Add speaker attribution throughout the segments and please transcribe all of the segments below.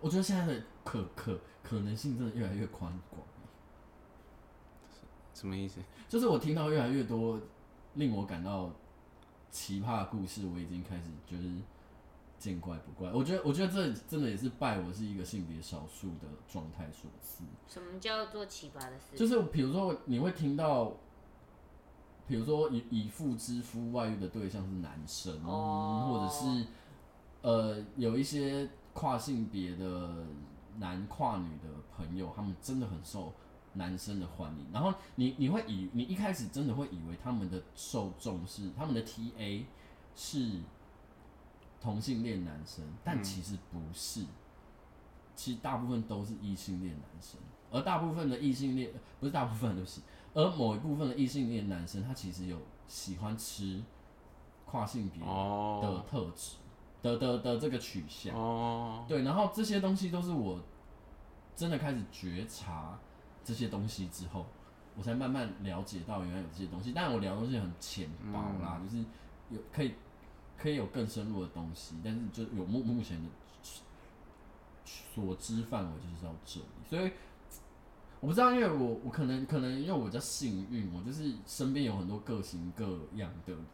Speaker 1: 我觉得现在的可可可能性真的越来越宽广，
Speaker 2: 什么意思？
Speaker 1: 就是我听到越来越多令我感到奇葩的故事，我已经开始就是见怪不怪。我觉得，我觉得这真的也是拜我是一个性别少数的状态所赐。
Speaker 3: 什么叫做奇葩的事？
Speaker 1: 就是比如说，你会听到，比如说以以父之夫外遇的对象是男生，
Speaker 3: 哦
Speaker 1: 或者是呃有一些跨性别的男跨女的朋友，他们真的很受男生的欢迎。然后你你会以你一开始真的会以为他们的受众是他们的 TA 是同性恋男生，但其实不是。其实大部分都是异性恋男生，而大部分的异性恋呃不是大部分，就是而某一部分的异性恋男生，他其实有喜欢吃跨性别的
Speaker 2: 哦
Speaker 1: 特质、的的的这个取向。
Speaker 2: 哦，
Speaker 1: 对，然后这些东西都是我真的开始觉察这些东西之后，我才慢慢了解到原来有这些东西。但我聊的东西很浅薄啦，就是有可以可以有更深入的东西，但是就有目目前的所知范围就是到这里，所以。我不知道，因为我我可能可能因为我比较幸运，我就是身边有很多各型各样的人，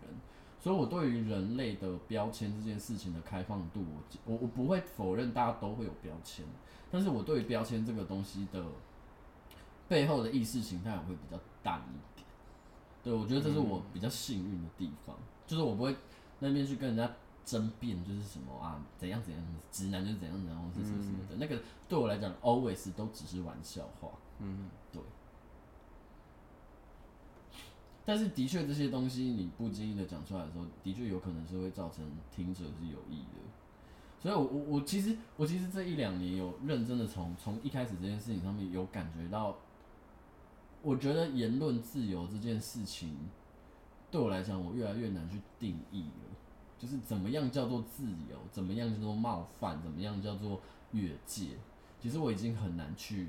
Speaker 1: 所以我对于人类的标签这件事情的开放度，我我我不会否认大家都会有标签，但是我对于标签这个东西的背后的意识形态，我会比较淡一点。对，我觉得这是我比较幸运的地方，就是我不会那边去跟人家争辩，就是什么啊怎样怎样，直男就是怎样怎样，或是什么什么的，那个对我来讲 always 都只是玩笑话。
Speaker 2: 嗯，
Speaker 1: 但是的确，这些东西你不经意的讲出来的时候，的确有可能是会造成听者是有意的。所以我，我我其实我其实这一两年有认真的从从一开始这件事情上面有感觉到，我觉得言论自由这件事情对我来讲，我越来越难去定义了。就是怎么样叫做自由，怎么样叫做冒犯，怎么样叫做越界。其实我已经很难去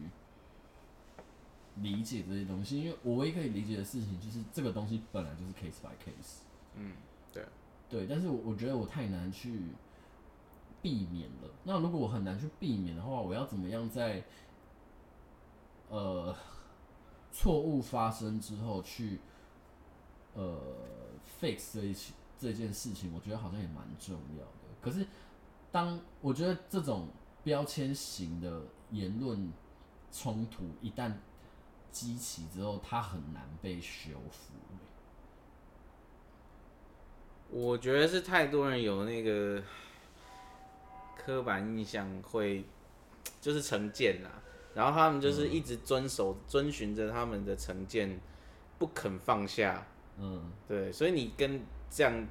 Speaker 1: 理解这些东西，因为我唯一可以理解的事情就是这个东西本来就是 case by case。
Speaker 2: 嗯，对。
Speaker 1: 对，但是我我觉得我太难去避免了。那如果我很难去避免的话，我要怎么样在呃错误发生之后去呃 fix 这一起这件事情？我觉得好像也蛮重要的。可是当我觉得这种标签型的言论冲突一旦激起之后，它很难被修复。
Speaker 2: 我觉得是太多人有那个刻板印象会，就是成见啦，然后他们就是一直遵守、遵循着他们的成见，不肯放下。
Speaker 1: 嗯，
Speaker 2: 对，所以你跟这样，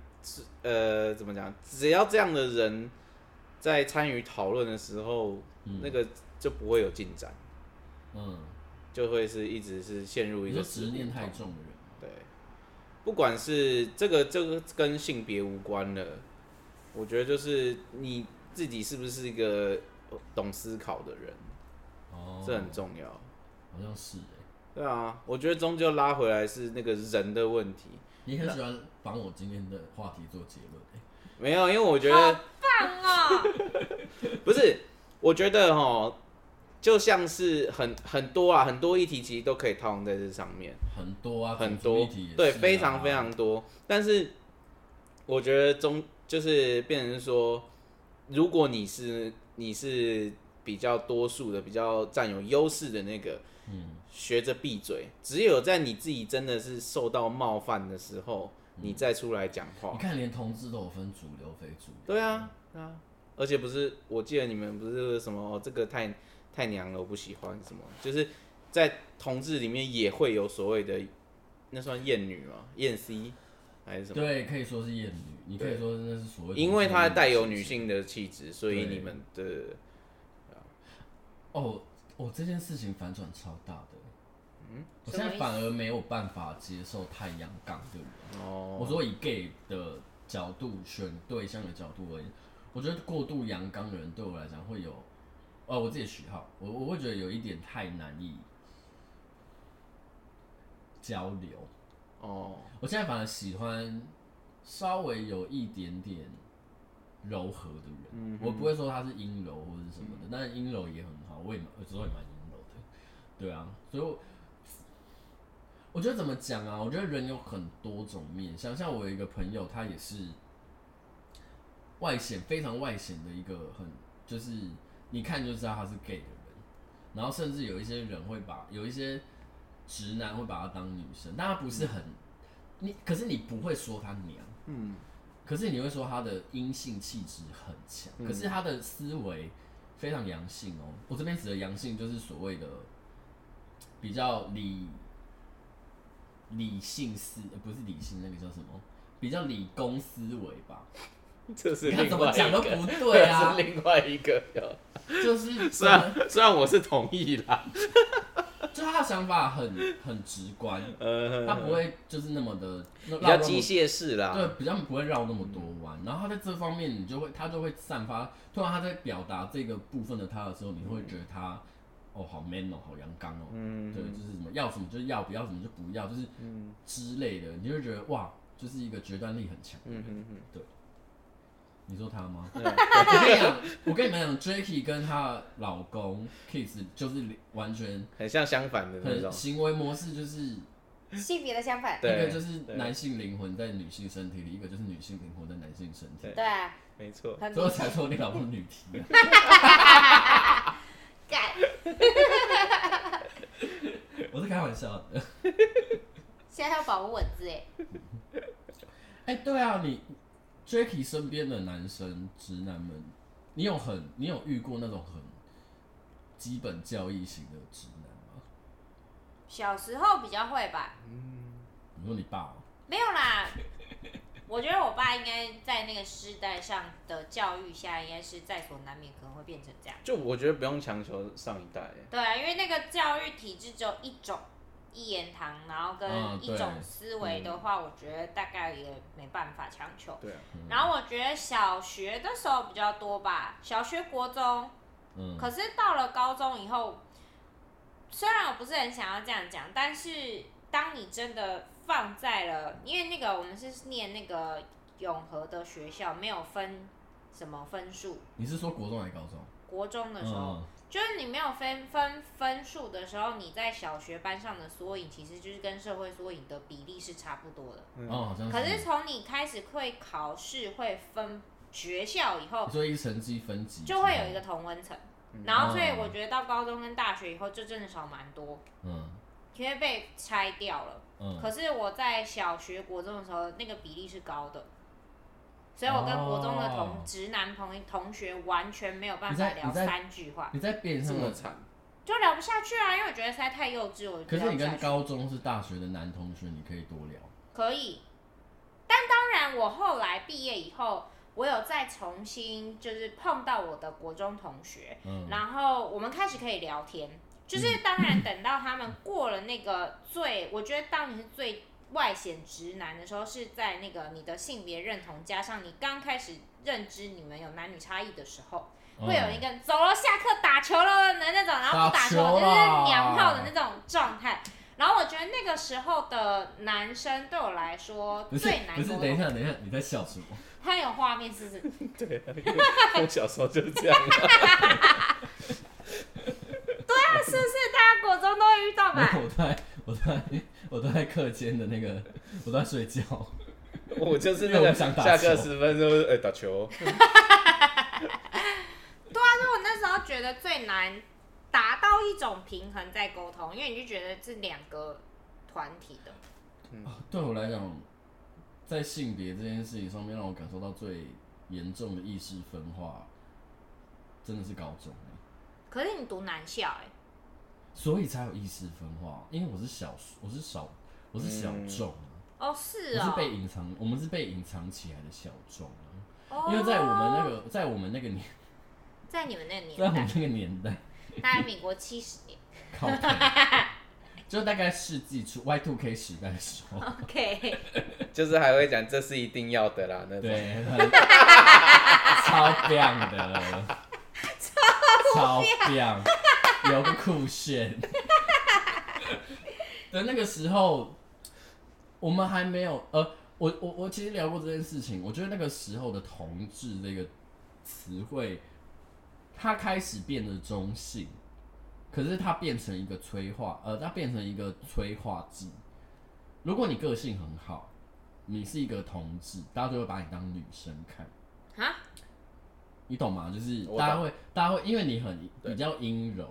Speaker 2: 呃，怎么讲？只要这样的人在参与讨论的时候，
Speaker 1: 嗯
Speaker 2: 那个就不会有进展，
Speaker 1: 嗯，
Speaker 2: 就会是一直是陷入
Speaker 1: 你
Speaker 2: 一
Speaker 1: 说
Speaker 2: 个
Speaker 1: 执念太重的人。
Speaker 2: 对，不管是这个这个跟性别无关了，我觉得就是你自己是不是一个懂思考的人，
Speaker 1: 哦，
Speaker 2: 这很重要。
Speaker 1: 好像是哎、
Speaker 2: 对啊，我觉得终究拉回来是那个人的问题，
Speaker 1: 你很喜欢帮我今天的话题做结论、欸、
Speaker 2: 没有，因为我觉得
Speaker 3: 好棒 哦！
Speaker 2: 不是，我觉得哈，就像是很很多啊，很多议题其实都可以套用在这上面。
Speaker 1: 很多啊，种
Speaker 2: 很
Speaker 1: 族
Speaker 2: 多
Speaker 1: 议题也是啊、
Speaker 2: 对，非常非常多。但是我觉得中就是变成是说，如果你是你是比较多数的、比较占有优势的那个，
Speaker 1: 嗯，
Speaker 2: 学着闭嘴。只有在你自己真的是受到冒犯的时候，你
Speaker 1: 嗯
Speaker 2: 再出来讲话
Speaker 1: 你。看连同志都有分主流非主流，
Speaker 2: 对啊，对啊。而且不是，我记得你们不是什么、哦、这个太太娘了，我不喜欢什么，就是在同志里面也会有所谓的，那算厌女吗？厌 C 还是什么？
Speaker 1: 对，可以说是厌女，你可以
Speaker 2: 对
Speaker 1: 说那是所谓，
Speaker 2: 因为它带有女。性的气质，所以
Speaker 1: 对
Speaker 2: 你们的
Speaker 1: 哦哦，这件事情反转超大的，嗯，我现
Speaker 3: 什么
Speaker 1: 在
Speaker 3: 意
Speaker 1: 反
Speaker 3: 思
Speaker 1: 而没有办法接受太阳港的人。
Speaker 2: 哦，
Speaker 1: 我说以 gay 的角度选对象的角度而言，我觉得过度阳刚的人对我来讲会有，呃，我自己的喜好，我我会觉得有一点太难以交流。
Speaker 2: 哦，
Speaker 1: 我现在反而喜欢稍微有一点点柔和的人，
Speaker 2: 嗯
Speaker 1: 我不会说他是阴柔或者是什么的，但是阴柔也很好，我也蛮我之后也蛮阴柔的， 对啊，所以我我觉得怎么讲啊？我觉得人有很多种面相，像我有一个朋友，他也是外显非常外显的一个很，就是你看就知道他是 gay 的人，然后甚至有一些人会把有一些直男会把他当女生，但他不是很、你，可是你不会说他娘。
Speaker 2: 嗯，
Speaker 1: 可是你会说他的阴性气质很强，
Speaker 2: 嗯
Speaker 1: 可是他的思维非常阳性哦。我这边指的阳性就是所谓的比较理理性思，呃不是理性，那个叫什么？比较理工思维吧。
Speaker 2: 这
Speaker 1: 你
Speaker 2: 是
Speaker 1: 看
Speaker 2: 另
Speaker 1: 怎么
Speaker 2: 外
Speaker 1: 讲
Speaker 2: 一
Speaker 1: 都
Speaker 2: 个，
Speaker 1: 不对啊
Speaker 2: 这是，另外一个啊哟。
Speaker 1: 就是呃
Speaker 2: 虽然虽然我是同意啦，
Speaker 1: 就他的想法很很直观，
Speaker 2: 呃，
Speaker 1: 他不会就是那么的那
Speaker 2: 比较
Speaker 1: 绕那么
Speaker 2: 机械式啦，
Speaker 1: 对，比较不会绕那么多弯。然后他在这方面，你就会他就会散发，突然他在表达这个部分的他的时候，你会觉得他、哦好 man 哦，好阳刚哦，
Speaker 2: 嗯
Speaker 1: 对，就是什么要什么就要，不要什么就不要，就是
Speaker 2: 嗯
Speaker 1: 之类的，你就会觉得哇，就是一个决断力很强。
Speaker 2: 嗯嗯
Speaker 1: 你说他吗？
Speaker 2: 嗯，
Speaker 1: 我跟你讲，我跟你们讲 j a c k i e 跟她的老公 Kiss 就是完全
Speaker 2: 很像相反的那
Speaker 1: 很
Speaker 2: 种，
Speaker 1: 行为模式就是。
Speaker 3: 性别的相反，
Speaker 1: 一个
Speaker 2: 对，
Speaker 1: 就是
Speaker 2: 对
Speaker 1: 男性灵魂在女性身体里，一个就是女性灵魂在男性身体
Speaker 2: 对
Speaker 1: 里，
Speaker 3: 对 啊，
Speaker 2: 没错，
Speaker 3: 很
Speaker 1: 所以我才说你老婆女体、啊。
Speaker 3: 干。
Speaker 1: 我是开玩笑的。
Speaker 3: 现在要保护蚊子哎，
Speaker 1: 哎、对啊，你 Jacky 身边的男生直男们，你有很你有遇过那种很基本教义型的直男吗？
Speaker 3: 小时候比较会吧，
Speaker 2: 嗯
Speaker 1: 你说你爸、哦，
Speaker 3: 没有啦。我觉得我爸应该在那个时代上的教育下，应该是在所难免，可能会变成这样。
Speaker 2: 就我觉得不用强求上一代，欸
Speaker 3: 对啊，因为那个教育体制只有一种一言堂，然后
Speaker 1: 嗯
Speaker 3: 跟
Speaker 1: 对
Speaker 3: 一种思维的话，我觉得大概也没办法强求。
Speaker 2: 对啊，
Speaker 1: 嗯
Speaker 3: 然后我觉得小学的时候比较多吧，小学、国中，
Speaker 1: 嗯，
Speaker 3: 可是到了高中以后，虽然我不是很想要这样讲，但是当你真的放在了，因为那个我们是念那个永和的学校，没有分什么分数，
Speaker 1: 你是说国中还是高中？
Speaker 3: 国中的时候。
Speaker 1: 嗯，
Speaker 3: 就是你没有分分分数的时候，你在小学班上的缩影，其实就是跟社会缩影的比例是差不多的。
Speaker 1: 嗯哦，好像
Speaker 3: 可是从你开始会考试、会分学校以后
Speaker 1: 你，说一个成绩分级，
Speaker 3: 就会有一个，同温层。然
Speaker 1: 哦
Speaker 3: 后，所以我觉得到高中跟大学以后，就真的少蛮多，
Speaker 1: 嗯
Speaker 3: 因为被拆掉了。
Speaker 1: 嗯，
Speaker 3: 可是我在小学、国中的时候，那个比例是高的，所以我跟国中的
Speaker 1: 哦
Speaker 3: 同直男朋友同学完全没有办
Speaker 1: 你
Speaker 3: 法
Speaker 1: 在
Speaker 3: 聊
Speaker 1: 你在
Speaker 3: 三句话。
Speaker 1: 你在变
Speaker 2: 这
Speaker 1: 相
Speaker 2: 么
Speaker 1: 的，
Speaker 2: 惨，
Speaker 3: 就聊不下去啊，因为我觉得实在太幼稚，我
Speaker 1: 可是
Speaker 3: 聊
Speaker 1: 你
Speaker 3: 不下
Speaker 1: 跟
Speaker 3: 去
Speaker 1: 高中是大学的男同学，你可以多聊。
Speaker 3: 可以，但当然我后来毕业以后，我有再重新就是碰到我的国中同学，
Speaker 1: 嗯，
Speaker 3: 然后我们开始可以聊天，就是当然等到他们过了那个最，我觉得当你是最外显直男的时候，是在那个你的性别认同加上你刚开始认知你们有男女差异的时候。
Speaker 1: 嗯
Speaker 3: 会有一个走了下课打球了的那种，然后不打球
Speaker 1: 打球
Speaker 3: 就是
Speaker 1: 啦
Speaker 3: 娘炮的那种状态。然后我觉得那个时候的男生对我来说
Speaker 1: 不是
Speaker 3: 最难
Speaker 1: 不
Speaker 3: 沟
Speaker 1: 是，等一
Speaker 3: 通，
Speaker 1: 下等一下，你在笑什么？
Speaker 3: 他有画面是不是？
Speaker 2: 对啊，因为我小时候就是这样啊，
Speaker 3: 那是不是大家国中都会遇到
Speaker 1: 没
Speaker 3: 嘛？
Speaker 1: 有，我都在我都在我都在课间的那个，我都在睡觉。
Speaker 2: 我就是
Speaker 1: 因为
Speaker 2: 那
Speaker 1: 我
Speaker 2: 个
Speaker 1: 不想打
Speaker 2: 下课
Speaker 1: 球
Speaker 2: 十分钟，呃，打球，
Speaker 3: 但是啊我那时候觉得最难达到一种平衡在沟通，因为你就觉得这两个团体的，
Speaker 1: 啊 对我来讲，在性别这件事情上面，让我感受到最严重的意识分化，真的是高中欸、
Speaker 3: 可是你读男校哎、
Speaker 1: 所以才有意识分化。因为我是小，我是小，我是小众啊、
Speaker 3: 哦是
Speaker 1: 我是
Speaker 3: 哦，
Speaker 1: 被隐藏，我们是被隐藏起来的小众啊、
Speaker 3: 哦
Speaker 1: 因为在我们那个，在我们那个年，
Speaker 3: 在你们那个
Speaker 1: 在我
Speaker 3: 年
Speaker 1: 们
Speaker 3: 代，
Speaker 1: 那个年代，
Speaker 3: 大概民国七十年
Speaker 1: 靠北， 就大概世纪初 Y two K 时代的时候，
Speaker 3: ，OK，
Speaker 2: 就是还会讲这是一定要的啦，那种，
Speaker 1: 对， 很超亮的，超亮，有个酷 炫。的那个时候，我们还没有呃，我我我我其实聊过这件事情，我觉得那个时候的“同志”这个词汇，它开始变得中性，可是它变成一个催化，呃，它变成一个催化剂。如果你个性很好，你是一个同志，大家就会把你当女生看，
Speaker 3: 啊，
Speaker 1: 你懂吗？就是
Speaker 2: 我懂
Speaker 1: 大家会，大家会因为你很
Speaker 2: 对
Speaker 1: 比较阴柔，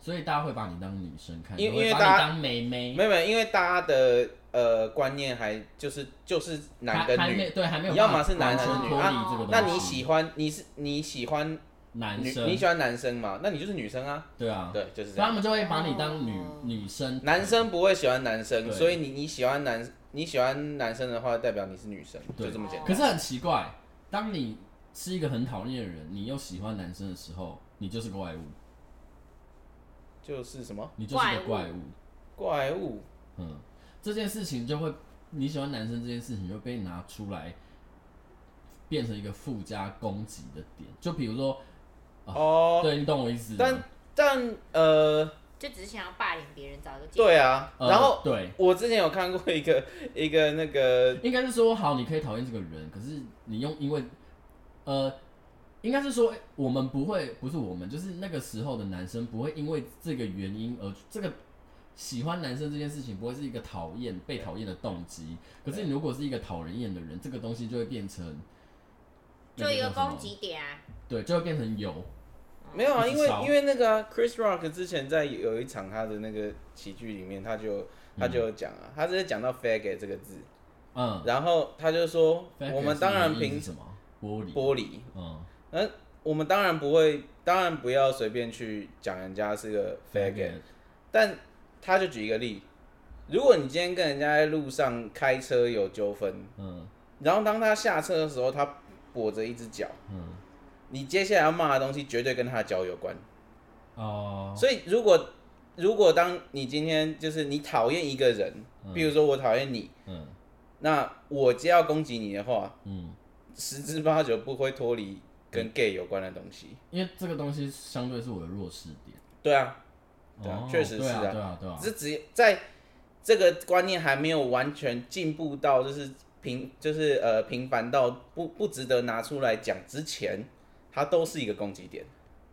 Speaker 1: 所以大家会把你当女生看，
Speaker 2: 因
Speaker 1: 也
Speaker 2: 为
Speaker 1: 会
Speaker 2: 因为
Speaker 1: 把
Speaker 2: 大
Speaker 1: 你
Speaker 2: 家
Speaker 1: 当妹妹，
Speaker 2: 没有没有，因为大家的呃观念还就是就是男
Speaker 1: 还
Speaker 2: 跟
Speaker 1: 还没
Speaker 2: 女，
Speaker 1: 对还没有
Speaker 2: 你要
Speaker 1: 办法
Speaker 2: 么是男
Speaker 1: 完全
Speaker 3: 还是女
Speaker 1: 脱离
Speaker 3: 啊
Speaker 1: 这个东西。
Speaker 2: 那你喜欢你是你喜欢
Speaker 1: 男
Speaker 2: 女
Speaker 1: 生
Speaker 2: 你喜欢男生嘛？那你就是女生啊，
Speaker 1: 对啊，
Speaker 2: 对，就是
Speaker 1: 所
Speaker 2: 这
Speaker 1: 以他
Speaker 2: 样。
Speaker 1: 们就会把你当女、
Speaker 3: 哦
Speaker 1: 女生，
Speaker 2: 男生不会喜欢男生，
Speaker 1: 对
Speaker 2: 所以你你喜欢男你喜欢男生的话，代表你是女生，
Speaker 1: 对
Speaker 2: 就这么简单。
Speaker 1: 可是很奇怪，当你是一个很讨厌的人，你又喜欢男生的时候，你就是个怪物，
Speaker 2: 就是什么
Speaker 1: 你就是个
Speaker 3: 怪物
Speaker 1: 怪物。
Speaker 2: 怪物，
Speaker 1: 嗯，这件事情就会，你喜欢男生这件事情就被拿出来，变成一个附加攻击的点。就比如说，啊
Speaker 2: 哦，
Speaker 1: 对你懂我意思吗？
Speaker 2: 但但呃，
Speaker 3: 就只是想要霸凌别人，找一个借口。
Speaker 2: 对啊，
Speaker 1: 呃
Speaker 2: 然后
Speaker 1: 对，
Speaker 2: 我之前有看过一个 一个那个，
Speaker 1: 应该是说好，你可以讨厌这个人，可是你用因为，呃，应该是说欸我们不会，不是我们，就是那个时候的男生不会因为这个原因而这个喜欢男生这件事情不会是一个讨厌被讨厌的动机。可是你如果是一个讨人厌的人，这个东西就会变成，
Speaker 3: 就一个
Speaker 1: 那叫什么
Speaker 3: 攻，击点啊，
Speaker 1: 对，就会变成有，
Speaker 2: 没有啊，
Speaker 1: 一直
Speaker 2: 因为
Speaker 1: 烧
Speaker 2: 因为那个、啊、Chris Rock 之前在有一场他的那个喜剧里面，他就他就有讲啊，他直接讲到 faggot 这个字，
Speaker 1: 嗯，
Speaker 2: 然后他就说，我们当然
Speaker 1: Factors 的意思是
Speaker 2: 凭
Speaker 1: 什么玻璃，
Speaker 2: 玻璃，
Speaker 1: 嗯
Speaker 2: 呃我们当然不会，当然不要随便去讲人家是个 faggot，
Speaker 1: ，faggot，
Speaker 2: 但他就举一个例，如果你今天跟人家在路上开车有纠纷，
Speaker 1: 嗯
Speaker 2: 然后当他下车的时候，他跛着一只脚，
Speaker 1: 嗯，
Speaker 2: 你接下来要骂的东西绝对跟他的脚有关。
Speaker 1: 哦，
Speaker 2: 所以如果如果当你今天就是你讨厌一个人，比如说我讨厌你，
Speaker 1: 嗯
Speaker 2: 那我只要攻击你的话，
Speaker 1: 嗯。
Speaker 2: 十之八九不会脱离跟 gay 有关的东西。
Speaker 1: 因为这个东西相对是我的弱势点。
Speaker 2: 对啊，对啊
Speaker 1: 哦
Speaker 2: 确实是
Speaker 1: 对
Speaker 2: 啊
Speaker 1: 啊，对啊，对啊
Speaker 2: 只。是只在这个观念还没有完全进步到就是平就是呃平凡到不不值得拿出来讲之前，它都是一个攻击点，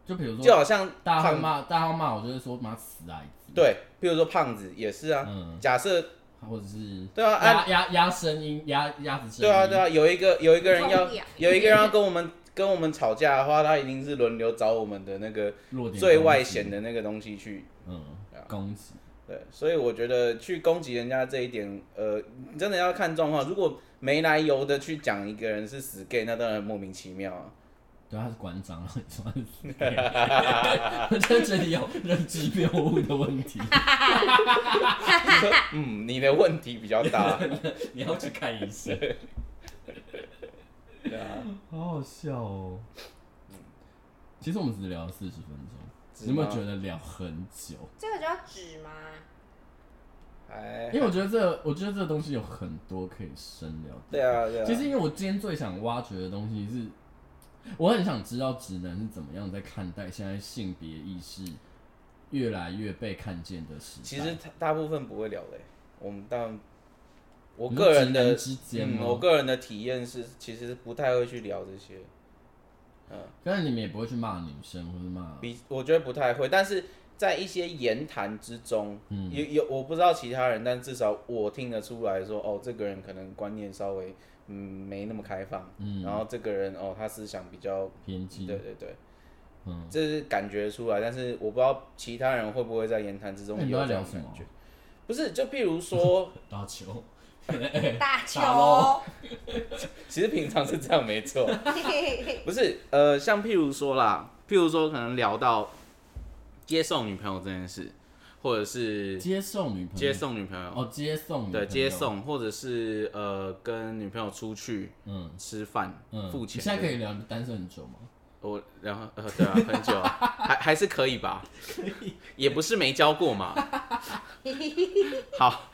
Speaker 1: 就比如
Speaker 2: 就
Speaker 1: 说，
Speaker 2: 好像
Speaker 1: 大家会
Speaker 2: 胖
Speaker 1: 骂，大家会骂我，就会说妈死矮子，
Speaker 2: 对，比如说胖子也是啊。
Speaker 1: 嗯，
Speaker 2: 假设
Speaker 1: 或者是
Speaker 2: 对啊，按
Speaker 1: 压压压声音，压压子声音，
Speaker 2: 对啊，对啊，有一个有一个人要
Speaker 3: 你痛痒
Speaker 2: 有一个人要跟我们跟我们吵架的话，他一定是轮流找我们的那个
Speaker 1: 弱点
Speaker 2: 啊最
Speaker 1: 攻击
Speaker 2: 外显，的那个东西去。
Speaker 1: 嗯
Speaker 2: 对啊，
Speaker 1: 攻击，
Speaker 2: 对，所以我觉得去攻击人家这一点，呃，你真的要看状况。如果没来由的去讲一个人是死 gay，那当然莫名其妙啊。
Speaker 1: 对，他是馆长，然后你说他是 死 gay 我真的觉得你有认知谬误的问题，
Speaker 2: 嗯，你的问题比较大。啊
Speaker 1: 你要去看医生。
Speaker 2: 对啊，
Speaker 1: 好好笑哦。其实我们只聊了四十分钟，
Speaker 2: 是
Speaker 1: 你有没有
Speaker 2: 吗
Speaker 1: 觉得聊很久？
Speaker 3: 这个叫纸吗？
Speaker 2: 哎
Speaker 1: 因，为我觉得这，我觉得这个东西有很多可以深聊。
Speaker 2: 对啊，对啊。
Speaker 1: 其实，因为我今天最想挖掘的东西是，我很想知道直男是怎么样在看待现在性别意识越来越被看见的时代。
Speaker 2: 其实大大部分不会聊的欸、我们大，我
Speaker 1: 你
Speaker 2: 个
Speaker 1: 说直
Speaker 2: 人的
Speaker 1: 男之间
Speaker 2: 嗯，
Speaker 1: 吗
Speaker 2: 我个人的体验是，其实不太会去聊这些。
Speaker 1: 嗯但是你们也不会去骂女生或者骂，
Speaker 2: 比我觉得不太会，但是在一些言谈之中，
Speaker 1: 嗯
Speaker 2: 有有我不知道其他人，但至少我听得出来说，哦，这个人可能观念稍微嗯没那么开放，
Speaker 1: 嗯，
Speaker 2: 然后这个人哦他思想比较，
Speaker 1: 偏
Speaker 2: 对
Speaker 1: 激，
Speaker 2: 对对，
Speaker 1: 嗯，
Speaker 2: 这是感觉出来，但是我不知道其他人会不会在言谈之中
Speaker 1: 那
Speaker 2: 也
Speaker 1: 你
Speaker 2: 有
Speaker 1: 都在
Speaker 2: 这样
Speaker 1: 聊
Speaker 2: 的
Speaker 1: 什么
Speaker 2: 感觉。不是，就譬如 说，
Speaker 1: 打球，
Speaker 3: 打球。
Speaker 1: 打 咯
Speaker 2: 其实平常是这样没错，
Speaker 3: 哎
Speaker 2: 不是，呃，像譬如说啦，譬如说可能聊到接送女朋友这件事，或者是
Speaker 1: 接送女朋友，
Speaker 2: 接送女朋友，
Speaker 1: 哦，接送女朋友，
Speaker 2: 对，接，送或者是呃跟女朋友出去
Speaker 1: 嗯
Speaker 2: 吃饭、
Speaker 1: 嗯，
Speaker 2: 付
Speaker 1: 你
Speaker 2: 钱。
Speaker 1: 现在可以聊你单身很久吗？
Speaker 2: 我然后呃对啊，很久啊， 还还是可以吧，也不是没教过嘛。好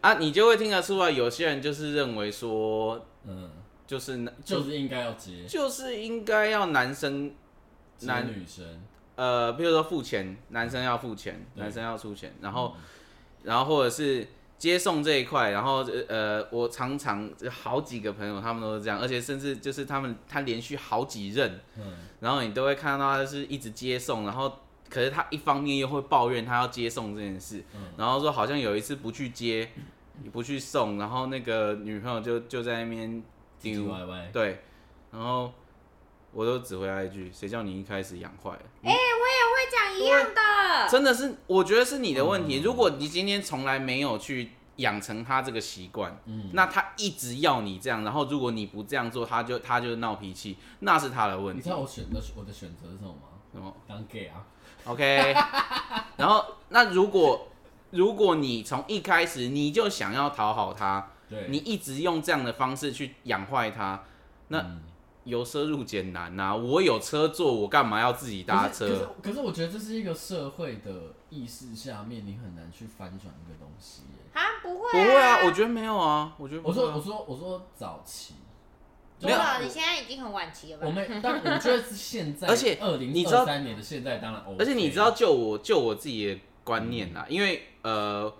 Speaker 2: 啊，你就会听得出来，有些人就是认为说，
Speaker 1: 嗯，
Speaker 2: 就是男
Speaker 1: 就是应该要接，
Speaker 2: 就是应该要男生
Speaker 1: 接
Speaker 2: 男
Speaker 1: 女生，
Speaker 2: 呃，比如说付钱，男生要付钱，
Speaker 1: 对嗯
Speaker 2: 男生要出钱，然后，然后或者是接送这一块，然后呃，我常常好几个朋友他们都是这样，而且甚至就是他们他连续好几任，
Speaker 1: 嗯，
Speaker 2: 然后你都会看到他就是一直接送，然后可是他一方面又会抱怨他要接送这件事，
Speaker 1: 嗯
Speaker 2: 然后说好像有一次不去接，不去送，然后那个女朋友就就在那边
Speaker 1: 唧唧歪歪，
Speaker 2: 对，然后我都只回他一句：“谁叫你一开始养坏了？”
Speaker 3: 哎会讲一样的，
Speaker 2: 真的是，我觉得是你的问题。如果你今天从来没有去养成他这个习惯，
Speaker 1: 嗯
Speaker 2: 那他一直要你这样，然后如果你不这样做，他就他就闹脾气，那是他的问
Speaker 1: 你知
Speaker 2: 题。
Speaker 1: 道我选择我的选择是什么吗？
Speaker 2: 什么
Speaker 1: 当 gay 啊，
Speaker 2: ？OK 。 然后那如果如果你从一开始你就想要讨好他，
Speaker 1: 对，
Speaker 2: 你一直用这样的方式去养坏他，那
Speaker 1: 嗯
Speaker 2: 由奢入俭难呐、我有车坐，我干嘛要自己搭
Speaker 1: 可是可是
Speaker 2: 车？
Speaker 1: 可是我觉得这是一个社会的意识下面，你很难去翻转一个东西耶。
Speaker 3: 啊，不会
Speaker 2: 不会啊，我觉得没有啊，我觉得不
Speaker 1: 我
Speaker 2: 会啊
Speaker 1: 说我说我说早期，
Speaker 3: 没有，你现在已经很晚期了吧？
Speaker 1: 我们但我觉得是现在，
Speaker 2: 而且
Speaker 1: 二零
Speaker 2: 你知道
Speaker 1: 二三年的现在当然 OK，
Speaker 2: 而且你知道，就我就我自己的观念啦，因为呃，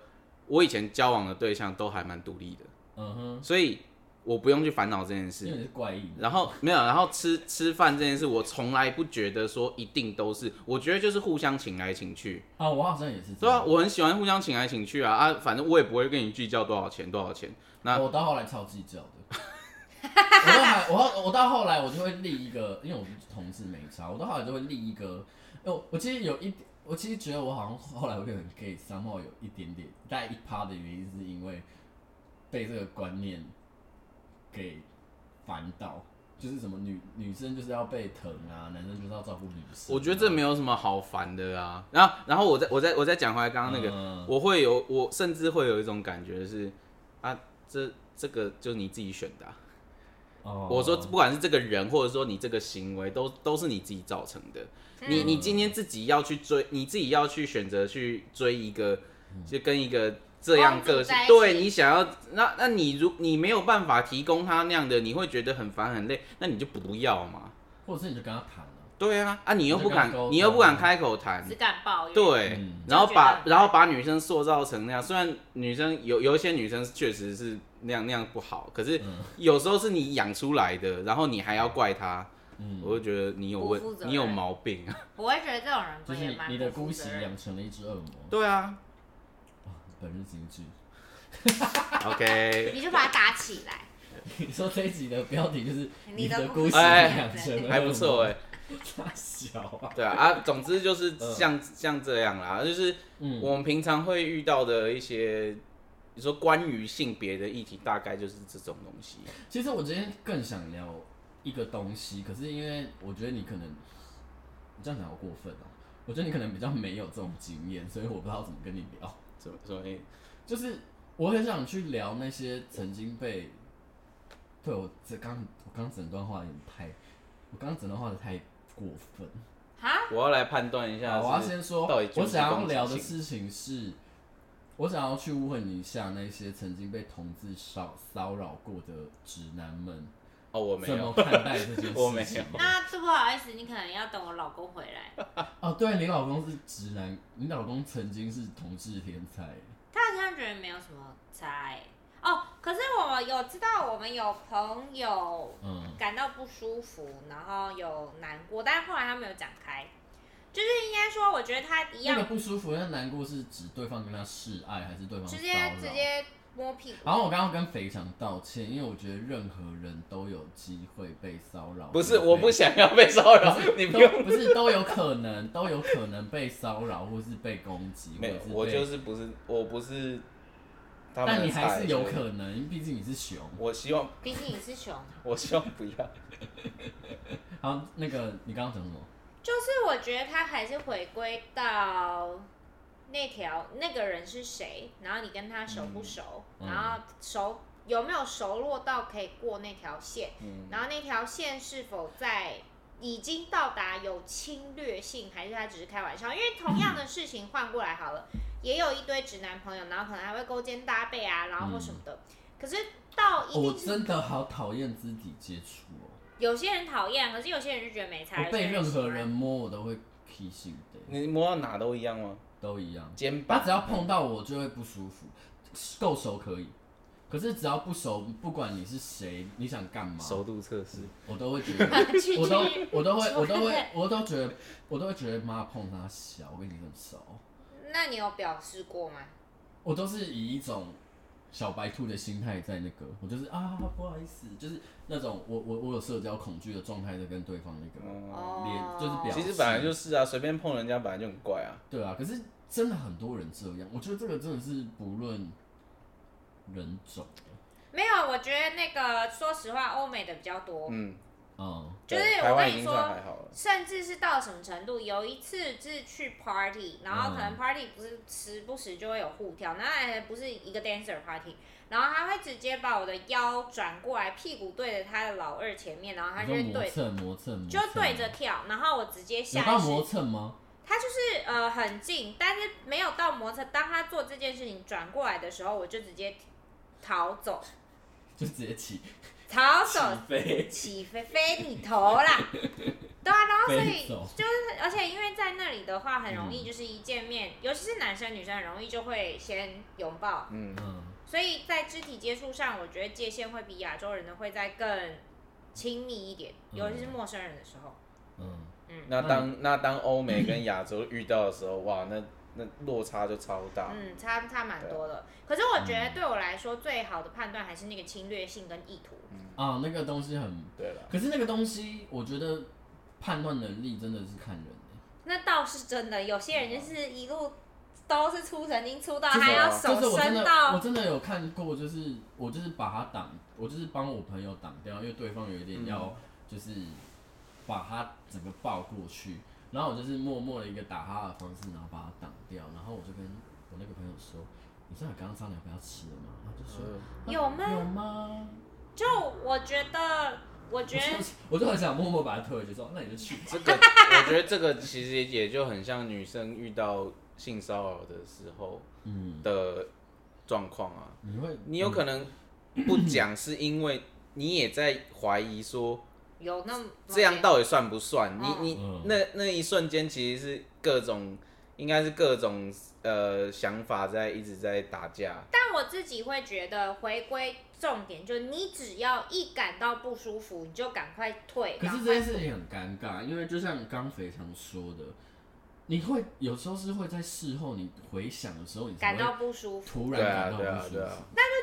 Speaker 2: 我以前交往的对象都还蛮独立的，
Speaker 1: 嗯哼，
Speaker 2: 所以我不用去烦恼这件
Speaker 1: 因为
Speaker 2: 事。
Speaker 1: 你是怪异，
Speaker 2: 然后没有，然后吃吃饭这件事，我从来不觉得说一定都是，我觉得就是互相请来请去，
Speaker 1: 啊，我好像也是这
Speaker 2: 对啊，
Speaker 1: 样，
Speaker 2: 我很喜欢互相请来请去啊啊，反正我也不会跟你计较多少钱多少钱，那
Speaker 1: 我到后来超计较的。我到后来我到我到后来我就会立一个，因为我是同志没差，我到后来就会立一个。哎我我其实有一，我其实觉得我好像后来会很 gay，三号有一点点，大概一趴的原因是因为被这个观念给烦到，就是什么女女生就是要被疼啊，男生就是要照顾女生啊、
Speaker 2: 我觉得这没有什么好烦的啊。然后然后我再我再我再讲回来刚刚那个，
Speaker 1: 嗯
Speaker 2: 我会有，我甚至会有一种感觉是，啊，这这个就你自己选的啊、
Speaker 1: 哦
Speaker 2: 我说，不管是这个人，或者说你这个行为，都都是你自己造成的。你你今天自己要去追，你自己要去选择去追一个，
Speaker 1: 嗯
Speaker 2: 就跟一个这样个性
Speaker 3: 公主在一，起
Speaker 2: 对你想要，那那你如你没有办法提供他那样的，你会觉得很烦很累，那你就不要嘛。
Speaker 1: 或者是你就跟他谈了、
Speaker 2: 对啊，啊你又不敢
Speaker 1: 那个沟，通
Speaker 2: 你又不敢开口谈，
Speaker 3: 只敢抱怨，，
Speaker 2: 对，
Speaker 1: 嗯
Speaker 2: 然后
Speaker 3: 就觉得
Speaker 2: 把
Speaker 3: 很
Speaker 2: 然后把女生塑造成那样，虽然女生有有一些女生确实是那样那样不好，可是
Speaker 1: 嗯
Speaker 2: 有时候是你养出来的，然后你还要怪她，
Speaker 1: 嗯，
Speaker 2: 我就觉得你有问
Speaker 3: 不负责，任
Speaker 2: 你有毛病啊。
Speaker 3: 我会觉得这种人
Speaker 1: 就
Speaker 3: 不
Speaker 1: 是
Speaker 3: 也
Speaker 1: 你
Speaker 3: 蛮
Speaker 1: 你的
Speaker 3: 不
Speaker 1: 姑
Speaker 3: 负
Speaker 1: 息
Speaker 3: 责任
Speaker 1: 养成了一只恶魔，
Speaker 2: 对啊
Speaker 1: 本日金句。
Speaker 2: ，OK，
Speaker 3: 你就把他打起来。
Speaker 1: 你说这一集的标题就是
Speaker 3: 你的
Speaker 1: 的
Speaker 3: 故
Speaker 1: 故
Speaker 3: 事
Speaker 1: 事
Speaker 2: 哎
Speaker 1: 养成了
Speaker 2: 还不错哎、
Speaker 1: 哎，大小啊，
Speaker 2: 对啊啊，总之就是像、像这样啦，就是
Speaker 1: 嗯
Speaker 2: 我们平常会遇到的一些，你说关于性别的议题，大概就是这种东西。
Speaker 1: 其实我今天更想聊一个东西，可是因为我觉得你可能，你这样讲好过分哦、我觉得你可能比较没有这种经验，所以我不知道怎么跟你聊。
Speaker 2: 怎么说？哎
Speaker 1: 就是我很想去聊那些曾经被，对我这刚我刚整段话有点太，我刚整段话的太过分。
Speaker 3: 哈，
Speaker 2: 我要来判断一下
Speaker 1: 好
Speaker 2: 啊是，
Speaker 1: 我要先说
Speaker 2: 到底，
Speaker 1: 我
Speaker 2: 究竟
Speaker 1: 想要
Speaker 2: 是
Speaker 1: 聊
Speaker 2: 公
Speaker 1: 的
Speaker 2: 平性
Speaker 1: 事情是，我想要去问一下那些曾经被同志骚骚扰过的直男们，
Speaker 2: 哦，我没
Speaker 1: 怎
Speaker 2: 有
Speaker 1: 么。看待 这件事情？
Speaker 2: 我没有
Speaker 3: 那这不好意思，你可能要等我老公回来。
Speaker 1: 哦，对你老公是直男，你老公曾经是同志天才，
Speaker 3: 他好像觉得没有什么差、欸、哦。可是我有知道，我们有朋友
Speaker 1: 嗯
Speaker 3: 感到不舒服，然后有难过，但是后来他没有讲开。就是应该说，我觉得他一
Speaker 1: 那个
Speaker 3: 样
Speaker 1: 不舒服、那难过是指对方跟他示爱，还是对方
Speaker 3: 直
Speaker 1: 骚
Speaker 3: 接
Speaker 1: 扰
Speaker 3: 直接摸屁股。
Speaker 1: 然后我刚刚跟肥肠道歉，因为我觉得任何人都有机会被骚扰。
Speaker 2: 不是，
Speaker 1: 被
Speaker 2: 我不想要被骚扰，你不
Speaker 1: 都
Speaker 2: 用。
Speaker 1: 不是都有可能，都有可能被骚扰，或是被攻击，
Speaker 2: 没有，
Speaker 1: 或
Speaker 2: 我
Speaker 1: 者是被
Speaker 2: 就是不是，我不是他们
Speaker 1: 但
Speaker 2: 的
Speaker 1: 你
Speaker 2: 菜。
Speaker 1: 还是有
Speaker 2: 所以
Speaker 1: 可能，毕竟你是熊。
Speaker 2: 我希望，
Speaker 3: 毕竟你是熊，
Speaker 2: 我希望不要。
Speaker 1: 好，那个你刚刚讲什么？
Speaker 3: 就是我觉得他还是回归到那条那个人是谁，然后你跟他熟不熟，
Speaker 1: 嗯
Speaker 3: 然后熟有没有熟络到可以过那条线，
Speaker 2: 嗯，
Speaker 3: 然后那条线是否在已经到达有侵略性，还是他只是开玩笑？因为同样
Speaker 1: 嗯
Speaker 3: 的事情换过来好了，也有一堆直男朋友，然后可能还会勾肩搭背啊，然后或什么的。可是到一
Speaker 1: 嗯哦我
Speaker 3: 定是
Speaker 1: 真的好讨厌肢体接触哦，
Speaker 3: 有些人讨厌，可是有些人就觉得没差。
Speaker 1: 我被
Speaker 3: 有些
Speaker 1: 任
Speaker 3: 喜欢
Speaker 1: 何人摸我都会提醒的，
Speaker 2: 你摸到哪都一样吗？
Speaker 1: 都一样。
Speaker 2: 肩
Speaker 1: 他
Speaker 2: 膀嗯
Speaker 1: 只要碰到我就会不舒服。够熟可以，可是只要不熟，不管你是谁，你想干嘛，
Speaker 2: 熟度测试，
Speaker 1: 我都会觉得
Speaker 3: 去
Speaker 1: 我都
Speaker 3: 去
Speaker 1: 我都会我都
Speaker 3: 说
Speaker 1: 会我都觉得我都会觉得妈碰他小，我跟你很熟，
Speaker 3: 那你有表示过吗？
Speaker 1: 我都是以一种小白兔的心态在那个，我就是啊不好意思，就是那种我我我有社交恐惧的状态在跟对方那个，
Speaker 2: 哦，
Speaker 3: 哦，
Speaker 1: 脸就是表
Speaker 2: 其实本来就是啊，随便碰人家本来就很怪啊。
Speaker 1: 对啊，可是真的很多人这样，我觉得这个真的是不论人种的，
Speaker 3: 没有。我觉得那个说实话，欧美的比较多，
Speaker 2: 嗯，
Speaker 1: 嗯，
Speaker 3: 就是
Speaker 2: 对
Speaker 3: 我
Speaker 2: 台湾
Speaker 3: 跟
Speaker 2: 已
Speaker 3: 你
Speaker 2: 经
Speaker 3: 说
Speaker 2: 算还好了。
Speaker 3: 甚至是到什么程度？有一次是去 party，然后
Speaker 2: 嗯
Speaker 3: 可能 party 不是时不时就会有互跳，那还不是一个 dancer party，然后他会直接把我的腰转过来，屁股对着他的老二前面，然后他
Speaker 1: 你
Speaker 3: 就
Speaker 1: 说磨
Speaker 3: 会啊对
Speaker 1: 蹭磨蹭，磨
Speaker 3: 就
Speaker 1: 蹭
Speaker 3: 对着跳，然后我直接
Speaker 1: 有
Speaker 3: 下
Speaker 1: 到
Speaker 3: 意识
Speaker 1: 磨蹭吗？
Speaker 3: 他就是呃很近，但是没有到摩擦。当他做这件事情转过来的时候，我就直接逃走，
Speaker 1: 就直接起
Speaker 3: 逃
Speaker 1: 起
Speaker 3: 走，
Speaker 1: 飞，
Speaker 3: 起飞飞你头啦！对啊，然后所
Speaker 1: 飞
Speaker 3: 以
Speaker 1: 走，
Speaker 3: 而且因为在那里的话，很容易就是一见面，尤其是男生女生很容易就会先拥抱，
Speaker 2: 嗯，
Speaker 1: 嗯，
Speaker 3: 所以在肢体接触上，我觉得界限会比亚洲人的会再更亲密一点，
Speaker 1: 嗯
Speaker 3: 尤其是陌生人的时候。
Speaker 1: 嗯，
Speaker 2: 那当那当欧美跟亚洲遇到的时候，哇，那那落差就超大。
Speaker 3: 嗯，差差
Speaker 2: 啊
Speaker 3: 蛮多的。可是我觉
Speaker 1: 嗯
Speaker 3: 得对我来说，最好的判断还是那个侵略性跟意图。
Speaker 2: 嗯
Speaker 1: 啊，那个东西很，
Speaker 2: 对了，
Speaker 1: 可是那个东西，我觉得判断能力真的是看人欸、
Speaker 3: 那倒是真的，有些人就是一路都是粗神经粗到
Speaker 2: 就是
Speaker 3: 还要
Speaker 1: 就
Speaker 3: 手
Speaker 1: 是我真
Speaker 3: 伸
Speaker 1: 的我
Speaker 3: 到，
Speaker 1: 真的有看过，就是我就是把他挡，我就是帮我朋友挡掉，因为对方有一
Speaker 3: 嗯
Speaker 1: 点要就是把他整个抱过去，然后我就是默默的一个打他的方式，然后把他挡掉，然后我就跟我那个朋友说。你知道你刚刚商量不要吃了吗？他就说、
Speaker 3: 嗯有吗
Speaker 1: 有吗？
Speaker 3: 就我觉得，我觉
Speaker 1: 我就
Speaker 3: 得
Speaker 1: 我就很想默默把他推回去，说那你就去吧。
Speaker 2: 这个我觉得这个其实也就很像女生遇到性骚扰的时候
Speaker 1: 嗯，
Speaker 2: 的状况啊。
Speaker 1: 你会
Speaker 2: 你有可能不讲，是因为你也在怀疑说
Speaker 3: 有那么
Speaker 2: 这样到底算不算？你
Speaker 3: 嗯
Speaker 2: 你
Speaker 1: 嗯
Speaker 2: 那那一瞬间其实是各种，应该是各种呃想法在一直在打架。
Speaker 3: 但我自己会觉得，回归重点，就你只要一感到不舒服，你就赶快退。
Speaker 1: 可
Speaker 3: 赶
Speaker 1: 是这
Speaker 3: 快
Speaker 1: 件事情很尴尬，因为就像刚肥常说的，你会有时候是会在事后你回想的时候，你才
Speaker 3: 感到
Speaker 1: 会
Speaker 3: 不舒服，
Speaker 1: 突
Speaker 2: 对
Speaker 1: 然
Speaker 2: 啊
Speaker 1: 感到
Speaker 2: 对啊
Speaker 1: 不舒
Speaker 2: 对
Speaker 1: 服。
Speaker 2: 啊，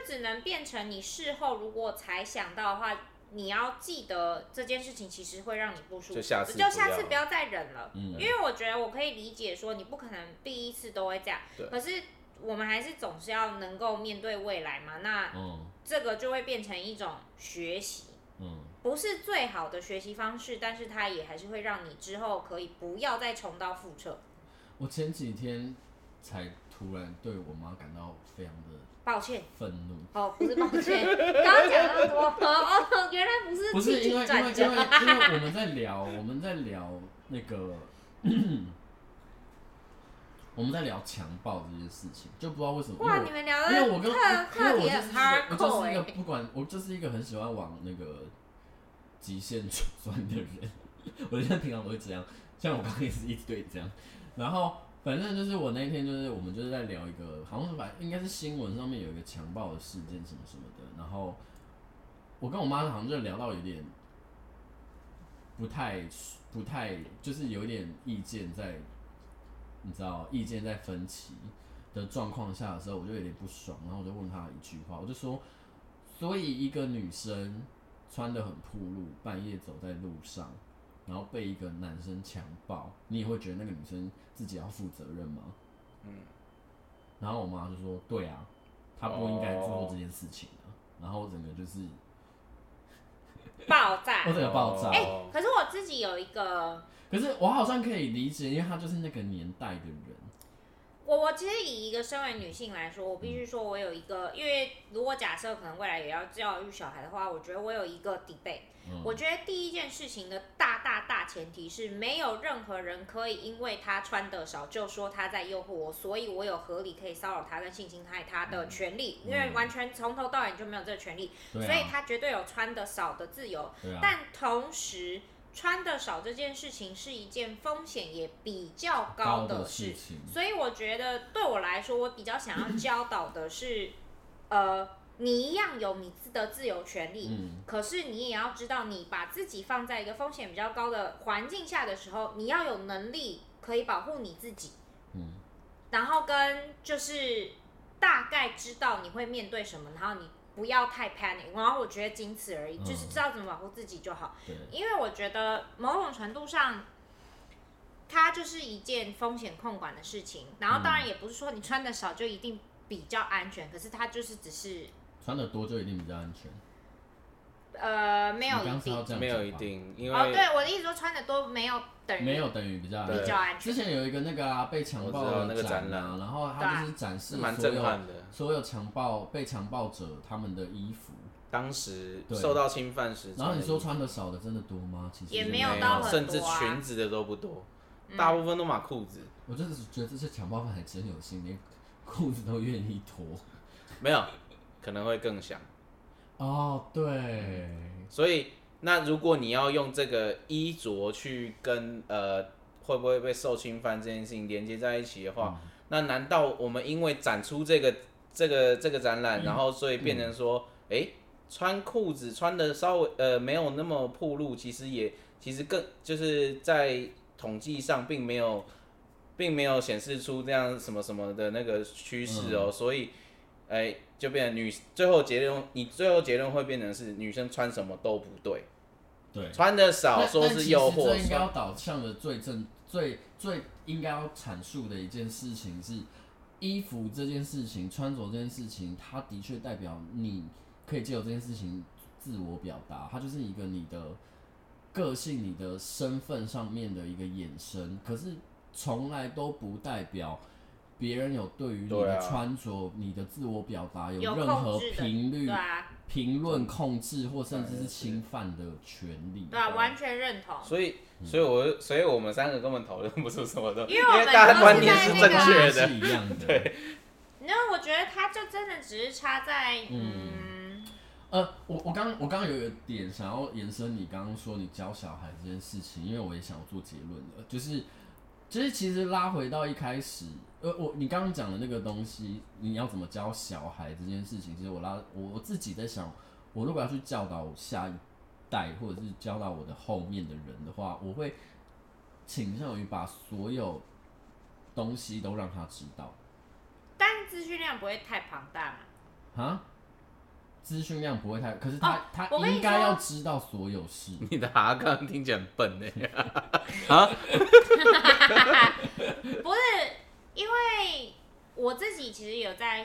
Speaker 3: 就只能变成你事后如果才想到的话，你要记得这件事情其实会让你不舒服，
Speaker 2: 就下次
Speaker 3: 就下次
Speaker 2: 不要
Speaker 3: 不要再忍了。
Speaker 1: 嗯
Speaker 3: 因为我觉得我可以理解说你不可能第一次都会这样
Speaker 2: 对，
Speaker 3: 可是我们还是总是要能够面对未来嘛。那
Speaker 1: 嗯
Speaker 3: 这个就会变成一种学习，
Speaker 1: 嗯
Speaker 3: 不是最好的学习方式，但是它也还是会让你之后可以不要再重蹈覆辙。
Speaker 1: 我前几天才突然对我妈感到非常的
Speaker 3: 抱歉，
Speaker 1: 愤怒，
Speaker 3: 哦，不是抱 歉，刚刚讲那么多，哦，原来不是
Speaker 1: 不是因
Speaker 3: 情
Speaker 1: 为
Speaker 3: 绪
Speaker 1: 因为
Speaker 3: 转折
Speaker 1: 因 为因为我们在聊我们在聊那个 我们在聊强暴这件事情，就不知道为什么，因为
Speaker 3: 哇，
Speaker 1: 我
Speaker 3: 你们聊的
Speaker 1: 因为我跟因
Speaker 3: 课
Speaker 1: 为
Speaker 3: 课
Speaker 1: 我就是一
Speaker 3: 题很
Speaker 1: 个我就
Speaker 3: hardcore
Speaker 1: 是一
Speaker 3: 哎、
Speaker 1: 个不管我就是一个很喜欢往那个极限 走钻的人，我现在平常都会这样，像我刚刚也是一直对你这样，然后反正就是我那天就是我们就是在聊一个好像是反应该是新闻上面有一个强暴的事件什么什么的，然后我跟我妈好像就聊到有点不太不太就是有一点意见在，你知道意见在分歧。的状况下的时候，我就有点不爽，然后我就问他一句话，我就说，所以一个女生穿的很暴露，半夜走在路上，然后被一个男生强暴，你也会觉得那个女生自己要负责任吗？嗯，然后我妈就说，对啊，她不应该做这件事情啊，然后我整个就是
Speaker 3: 爆炸
Speaker 1: 我。整个爆炸，
Speaker 2: 哦
Speaker 3: 可是我自己有一个，
Speaker 1: 可是我好像可以理解，因为她就是那个年代的人，
Speaker 3: 我我其实以一个身为女性来说，我必须说我有一个，因为如果假设可能未来也要教育小孩的话，我觉得我有一个 debate。
Speaker 1: 嗯，
Speaker 3: 我觉得第一件事情的大大大前提是没有任何人可以因为他穿的少就说他在诱惑我，所以我有合理可以骚扰他跟性侵害他的权利，因为完全从头到尾你就没有这个权利，
Speaker 1: 嗯对
Speaker 3: 所以
Speaker 1: 啊，
Speaker 3: 他绝对有穿的少的自由。
Speaker 1: 对啊，
Speaker 3: 但同时，穿的少这件事情是一件风险也比较
Speaker 1: 高
Speaker 3: 高
Speaker 1: 的
Speaker 3: 的
Speaker 1: 事
Speaker 3: 事，
Speaker 1: 情，
Speaker 3: 所以我觉得对我来说，我比较想要教导的是，呃，你一样有你自的自由权利，
Speaker 1: 嗯，
Speaker 3: 可是你也要知道，你把自己放在一个风险比较高的环境下的时候，你要有能力可以保护你自己，
Speaker 1: 嗯，
Speaker 3: 然后跟就是大概知道你会面对什么，然后你不要太 panic，然后我觉得仅此而已，
Speaker 1: 嗯
Speaker 3: 就是知道怎么保护自己就好。
Speaker 1: 对，
Speaker 3: 因为我觉得某种程度上，它就是一件风险控管的事情。然后当然也不是说你穿的少就一定比较安全，可是它就是只是
Speaker 1: 穿的多就一定比较安全，
Speaker 3: 呃没有
Speaker 1: 你
Speaker 3: 一
Speaker 1: 刚是要
Speaker 3: 定。
Speaker 1: 这样
Speaker 2: 没有
Speaker 1: 讲
Speaker 2: 一
Speaker 1: 吧
Speaker 2: 定，因为、
Speaker 3: 哦，对，我的意思说穿的多没有等于
Speaker 1: 没有等于比较安全
Speaker 3: 比较安全。
Speaker 1: 之前有一个那个啊，被强暴
Speaker 2: 我知道
Speaker 1: 的
Speaker 2: 那个
Speaker 1: 展
Speaker 2: 展
Speaker 1: 览，
Speaker 2: 览
Speaker 1: 然后
Speaker 3: 对
Speaker 1: 他
Speaker 3: 啊
Speaker 1: 就是展示
Speaker 2: 是蛮
Speaker 1: 所
Speaker 2: 震
Speaker 1: 有
Speaker 2: 撼的。
Speaker 1: 所有强暴被强暴者他们的衣服，
Speaker 2: 当时
Speaker 1: 对
Speaker 2: 受到侵犯时，
Speaker 1: 然后你说
Speaker 2: 穿
Speaker 1: 穿的少的真的多吗？其实
Speaker 3: 也
Speaker 2: 的
Speaker 3: 没
Speaker 2: 没
Speaker 3: 有到很
Speaker 2: 甚至
Speaker 3: 多啊嗯
Speaker 2: 裙子的都不多，大部分都买裤子。
Speaker 1: 我真的是觉得这些强暴犯还真有心，连裤子都愿意脱。
Speaker 2: 没有，可能会更想。
Speaker 1: 哦，对，
Speaker 2: 所以，那如果你要用这个衣着去跟呃会不会被受侵犯这件事情连接在一起的话，那难道我们因为展出这个这个这个展览，然后所以变成说，诶，穿裤子穿的稍微呃没有那么暴露，其实也其实更就是在统计上并没有。并没有显示出这样什么什么的那个趋势哦，所以，哎、就变成女最后结论，你最后结论会变成是女生穿什么都不对，
Speaker 1: 对。
Speaker 2: 穿的少
Speaker 1: 但
Speaker 2: 说
Speaker 1: 但
Speaker 2: 是
Speaker 1: 其
Speaker 2: 诱
Speaker 1: 实这
Speaker 2: 惑，
Speaker 1: 应该要导向的最正、最最应该要阐述的一件事情是，衣服这件事情、穿着这件事情，它的确代表你可以借由这件事情自我表达，它就是一个你的个性、你的身份上面的一个衍生。可是从来都不代表。别人有对于你
Speaker 2: 对
Speaker 1: 的
Speaker 2: 啊
Speaker 1: 穿着、你的自我表达有
Speaker 3: 有
Speaker 1: 任
Speaker 3: 控
Speaker 1: 何
Speaker 3: 制的
Speaker 1: 频率
Speaker 3: 对、啊，
Speaker 1: 评论控制或甚
Speaker 2: 啊
Speaker 1: 至是侵犯的权利。
Speaker 3: 对啊，完全认同。
Speaker 2: 所以所以我所以我们三个根本讨论不出什么的，
Speaker 3: 因为我们
Speaker 2: 为大家观念
Speaker 3: 都
Speaker 2: 是
Speaker 3: 是
Speaker 2: 正
Speaker 3: 在那
Speaker 2: 确的，
Speaker 1: 是一样的。对，
Speaker 3: 那我觉得它就真的只是差在嗯
Speaker 1: 呃，我我刚我刚刚有一个点想要呃延伸你刚刚说你教小孩这件事情，因为我也想要做结论的，就是就是其实拉回到一开始，呃，我你刚刚讲的那个东西，你要怎么教小孩这件事情，其实我拉我我自己在想，我如果要去教导我下一代，或者是教导我的后面的人的话，我会倾向于把所有东西都让他知道。
Speaker 3: 但资讯量不会太庞大嘛。
Speaker 1: 啊，资讯量不会太，可是他、
Speaker 3: 哦
Speaker 1: 他
Speaker 3: 我跟你
Speaker 1: 应该
Speaker 3: 说
Speaker 1: 要知道所有事。
Speaker 2: 你的哈刚听起来很笨欸呢，啊，
Speaker 3: 不是，因为我自己其实有在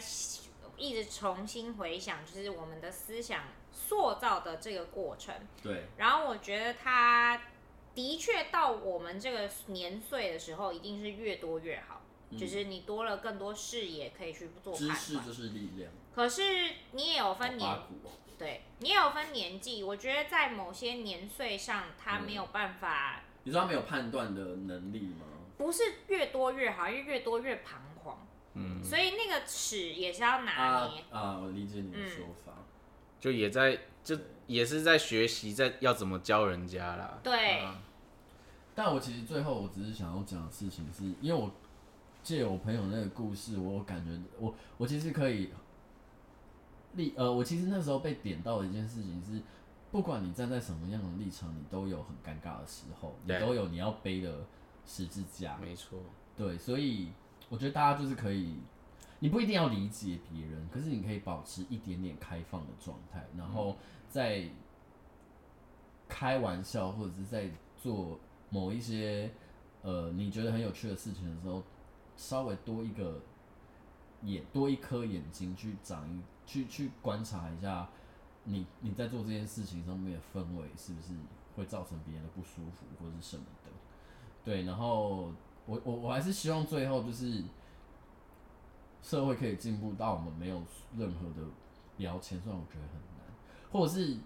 Speaker 3: 一直重新回想，就是我们的思想塑造的这个过程。
Speaker 1: 对，
Speaker 3: 然后我觉得它的确到我们这个年岁的时候，一定是越多越好，就是你多了更多视野可以去做判断。
Speaker 1: 是力量。
Speaker 3: 可是你也有分年
Speaker 1: 八股哦
Speaker 3: 对你也有分年纪，我觉得在某些年岁上，他没有办法，
Speaker 1: 你知道他没有判断的能力吗？
Speaker 3: 不是越多越好，因为越多越彷徨，
Speaker 2: 嗯，
Speaker 3: 所以那个尺也是要拿
Speaker 1: 啊
Speaker 3: 捏。
Speaker 1: 啊，我理解你的说法。
Speaker 3: 嗯
Speaker 2: 就也在就也是在学习在要怎么教人家啦，
Speaker 3: 对，
Speaker 2: 啊
Speaker 1: 但我其实最后我只是想要讲的事情是，因为我借我朋友那个故事，我有感觉我我其实可以立呃，我其实那时候被点到的一件事情是，不管你站在什么样的立场，你都有很尴尬的时候，你
Speaker 2: 对
Speaker 1: 都有你要背的十字架。
Speaker 2: 没错，
Speaker 1: 对，所以我觉得大家就是可以，你不一定要理解别人，可是你可以保持一点点开放的状态，然后在开玩笑或者是在做某一些呃你觉得很有趣的事情的时候，稍微多一个眼多一颗眼睛去长一去去观察一下你你在做这件事情上面的氛围是不是会造成别人的不舒服或是什么的。对，然后我我我还是希望最后就是社会可以进步到我们没有任何的标签，虽然我觉得很难，或者是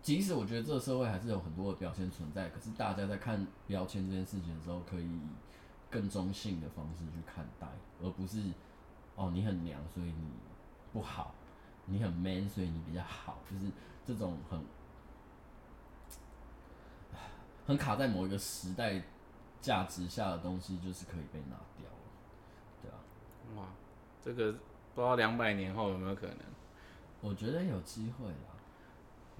Speaker 1: 即使我觉得这个社会还是有很多的标签存在，可是大家在看标签这件事情的时候，可以以更中性的方式去看待，而不是哦你很娘所以你不好，你很 man 所以你比较好，就是这种很 很卡在某一个时代价值下的东西，就是可以被拿掉了。对啊，
Speaker 2: 哇，这个不知道两百年后有没有可能？
Speaker 1: 我觉得有机会啦。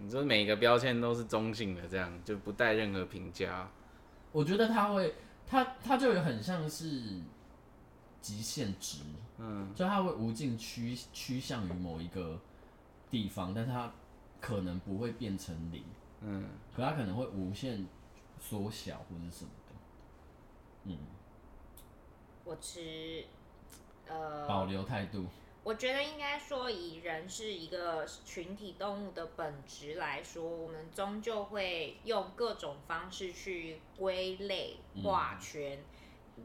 Speaker 2: 你说每个标签都是中性的，这样就不带任何评价。
Speaker 1: 我觉得他会，他他就有很像是极限值，嗯，就他会无尽趋趋向于某一个地方，但他可能不会变成零，
Speaker 2: 嗯，
Speaker 1: 可他可能会无限缩小或者什么的，
Speaker 3: 我持呃
Speaker 1: 保留态度。
Speaker 3: 我觉得应该说，以人是一个群体动物的本质来说，我们终究会用各种方式去归类、
Speaker 2: 嗯
Speaker 3: 划圈，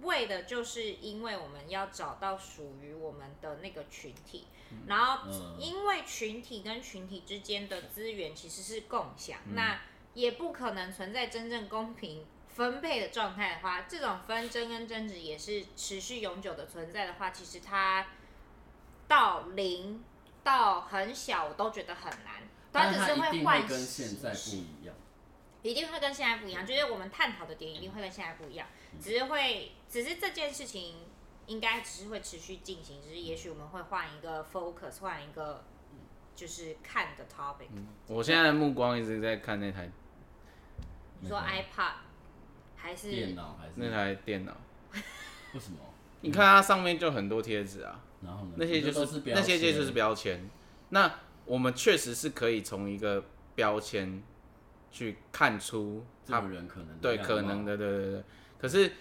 Speaker 3: 为的就是因为我们要找到属于我们的那个群体。然后
Speaker 1: 嗯，
Speaker 3: 因为群体跟群体之间的资源其实是共享，
Speaker 1: 嗯
Speaker 3: 那也不可能存在真正公平分配的状态的话，这种纷争跟争执也是持续永久的存在的话，其实它到零到很小，我都觉得很难。它
Speaker 1: 但
Speaker 3: 只
Speaker 1: 他
Speaker 3: 是
Speaker 1: 一定
Speaker 3: 换
Speaker 1: 会跟
Speaker 3: 形
Speaker 1: 现在不
Speaker 3: 式
Speaker 1: 一样。
Speaker 3: 一定会跟现在不一样，就是我们探讨的点一定会跟现在不一样，
Speaker 2: 嗯
Speaker 3: 只是会，只是这件事情应该只是会持续进行，只是也许我们会换一个 focus，换一个
Speaker 2: 嗯
Speaker 3: 就是看的 topic。
Speaker 2: 我现在的目光一直在看那台
Speaker 3: 你说
Speaker 1: 那个
Speaker 3: iPad 还
Speaker 1: 电
Speaker 3: 是
Speaker 1: 脑还
Speaker 2: 那
Speaker 1: 是
Speaker 2: 台电脑，
Speaker 1: 为什么？
Speaker 2: 你看它上面就很多贴纸啊，
Speaker 1: 然后呢？
Speaker 2: 那些就
Speaker 1: 这都
Speaker 2: 是
Speaker 1: 标
Speaker 2: 那些
Speaker 1: 签
Speaker 2: 就是标签。那我们确实是可以从一个标签去看出
Speaker 1: 这
Speaker 2: 它
Speaker 1: 个人可能的
Speaker 2: 对
Speaker 1: 样
Speaker 2: 可
Speaker 1: 貌
Speaker 2: 能的，对对对。可是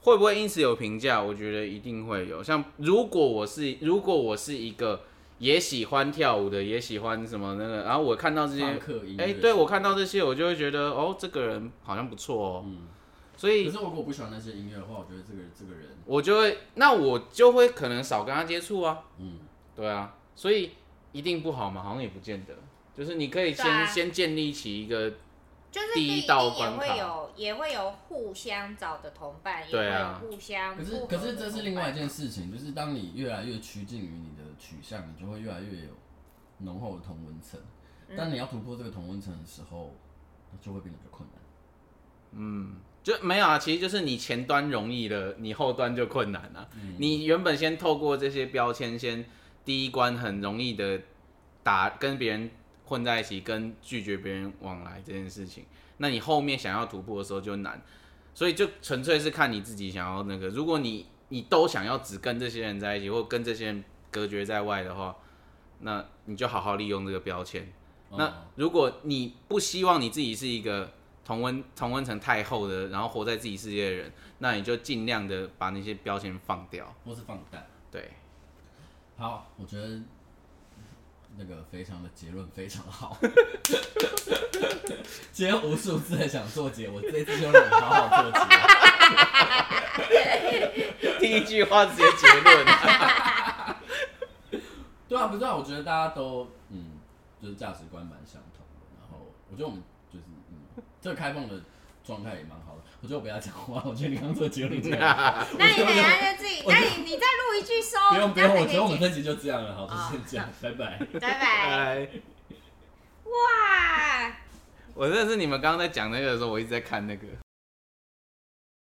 Speaker 2: 会不会因此有评价？我觉得一定会有。像如果我是如果我是一个也喜欢跳舞的，也喜欢什么那个，然后我看到这些，
Speaker 1: 放克音
Speaker 2: 哎、
Speaker 1: 乐
Speaker 2: 对我看到这些，我就会觉得哦，这个人好像不错哦。
Speaker 1: 嗯
Speaker 2: 所以
Speaker 1: 可是如果我不喜欢那些音乐的话，我觉得这个这个人
Speaker 2: 我就会，那我就会可能少跟他接触啊。
Speaker 1: 嗯，
Speaker 2: 对啊，所以一定不好嘛，好像也不见得。就是你可以先、
Speaker 3: 对啊
Speaker 2: 先建立起一个，
Speaker 3: 就是
Speaker 2: 第
Speaker 3: 一
Speaker 2: 一
Speaker 3: 定
Speaker 2: 道
Speaker 3: 也
Speaker 2: 关卡
Speaker 3: 会有也会有互相找的同伴，也会
Speaker 2: 对
Speaker 3: 有
Speaker 2: 啊
Speaker 3: 互相
Speaker 1: 可是
Speaker 3: 不合的
Speaker 1: 可是这是
Speaker 3: 同
Speaker 1: 另外一
Speaker 3: 伴
Speaker 1: 件事情，就是当你越来越趋近于你的取向，你就会越来越有浓厚的同温层。当你要突破这个同温层的时候，就会变得比较困难。
Speaker 2: 就没有啊，其实就是你前端容易了，你后端就困难了、你原本先透过这些标签，先第一关很容易的打跟别人混在一起，跟拒绝别人往来这件事情，那你后面想要突破的时候就难，所以就纯粹是看你自己想要那个。如果你你都想要只跟这些人在一起，或跟这些人隔绝在外的话，那你就好好利用这个标签。那
Speaker 1: 嗯
Speaker 2: 如果你不希望你自己是一个同温同温层太厚的，然后活在自己世界的人，那你就尽量的把那些标签放掉。
Speaker 1: 或是放胆。
Speaker 2: 对，
Speaker 1: 好，我觉得那个非常的结论非常好。 今天无数次的想做结，我这一次就让你好好做结。
Speaker 2: 第一句话直接结论、
Speaker 1: 对啊，不知道，我觉得大家都嗯，就是价值观蛮相同的。然后我觉得我们就是嗯，这个开放的状态也蛮好的。我觉得我不要讲话，我觉得你刚刚做结论这样，
Speaker 3: 那你等一下就自己，那你你再录一句收，
Speaker 1: 不用不
Speaker 3: 这样
Speaker 1: 用，我
Speaker 3: 才可
Speaker 1: 觉
Speaker 3: 以
Speaker 1: 得我们
Speaker 3: 剪
Speaker 1: 这集就这样了，啊好，就先这样，拜拜。
Speaker 3: 拜拜。
Speaker 2: 哎，
Speaker 3: 哇！
Speaker 2: 我认识你们刚刚在讲那个的时候，我一直在看那个。